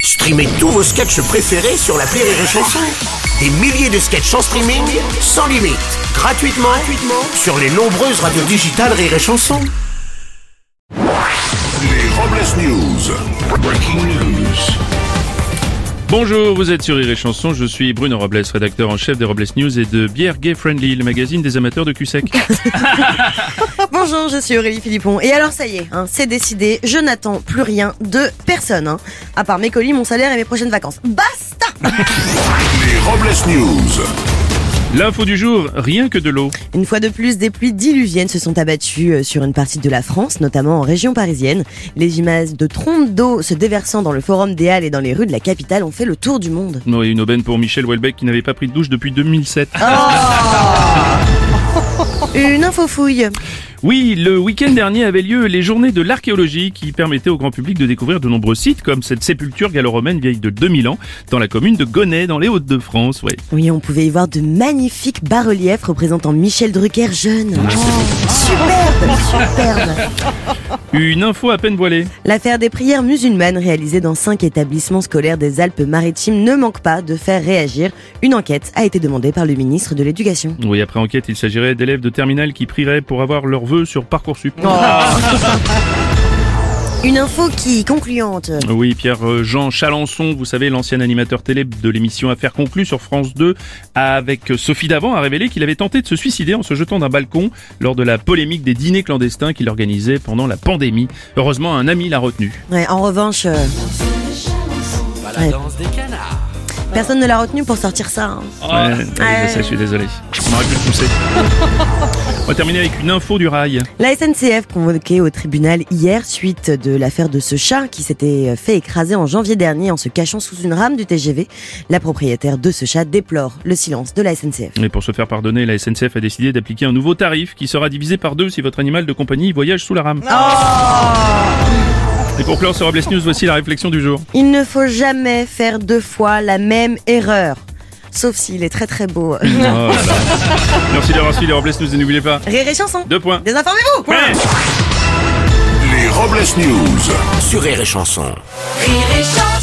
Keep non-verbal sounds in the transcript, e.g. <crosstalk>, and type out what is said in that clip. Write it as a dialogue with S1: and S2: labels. S1: Streamez tous vos sketchs préférés sur la Rire et Chanson. Des milliers de sketchs en streaming, sans limite, gratuitement, gratuitement sur les nombreuses radios digitales Rire et Chanson.
S2: Les Robles News. Breaking news.
S3: Bonjour, vous êtes sur Rire et Chanson, je suis Bruno Robles, rédacteur en chef des Robles News et de Bière Gay Friendly, le magazine des amateurs de cul sec.
S4: <laughs> Bonjour, je suis Aurélie Philippon. Et alors ça y est, hein, c'est décidé, je n'attends plus rien de personne. hein. à part mes colis, mon salaire et mes prochaines vacances. Basta
S2: Les Robles News.
S3: L'info du jour, rien que de l'eau.
S4: Une fois de plus, des pluies diluviennes se sont abattues euh, sur une partie de la France, notamment en région parisienne. Les images de trompes d'eau se déversant dans le forum des Halles et dans les rues de la capitale ont fait le tour du monde.
S3: Non, et une aubaine pour Michel Houellebecq qui n'avait pas pris de douche depuis 2007.
S4: Une info fouille.
S3: Oui, le week-end dernier avaient lieu les journées de l'archéologie qui permettaient au grand public de découvrir de nombreux sites comme cette sépulture gallo-romaine vieille de 2000 ans dans la commune de Gonnet dans les Hauts-de-France. Ouais.
S4: Oui, on pouvait y voir de magnifiques bas-reliefs représentant Michel Drucker jeune. Oh, superbe, superbe.
S3: Une info à peine voilée.
S4: L'affaire des prières musulmanes réalisée dans cinq établissements scolaires des Alpes-Maritimes ne manque pas de faire réagir. Une enquête a été demandée par le ministre de l'Éducation.
S3: Oui, après enquête, il s'agirait d'élèves de terminale qui prieraient pour avoir leurs vœux sur Parcoursup.
S4: Une info qui est concluante.
S3: Oui, Pierre-Jean Chalençon, vous savez, l'ancien animateur télé de l'émission Affaires conclues sur France 2, avec Sophie Davant, a révélé qu'il avait tenté de se suicider en se jetant d'un balcon lors de la polémique des dîners clandestins qu'il organisait pendant la pandémie. Heureusement, un ami l'a retenu.
S4: Ouais, en revanche, euh,
S5: La danse des canards.
S4: personne ne l'a retenu pour sortir ça. hein.
S3: Ouais, ouais, je sais, je suis désolé. On aurait pu le pousser. On va terminer avec une info du rail.
S4: La SNCF convoquée au tribunal hier suite de l'affaire de ce chat qui s'était fait écraser en janvier dernier en se cachant sous une rame du TGV. La propriétaire de ce chat déplore le silence de la SNCF.
S3: Et pour se faire pardonner, la SNCF a décidé d'appliquer un nouveau tarif qui sera divisé par deux si votre animal de compagnie voyage sous la rame. Et pour clore ce Robles News, voici la réflexion du jour.
S4: Il ne faut jamais faire deux fois la même erreur. Sauf s'il est très très beau.
S3: Oh là là. Merci d'avoir suivi les Robles News et n'oubliez pas.
S4: Rire et chanson.
S3: Deux points.
S4: Désinformez-vous
S3: Ouais.
S2: Les Robles News.
S1: Sur Rire et Chanson.
S6: Rire et chanson.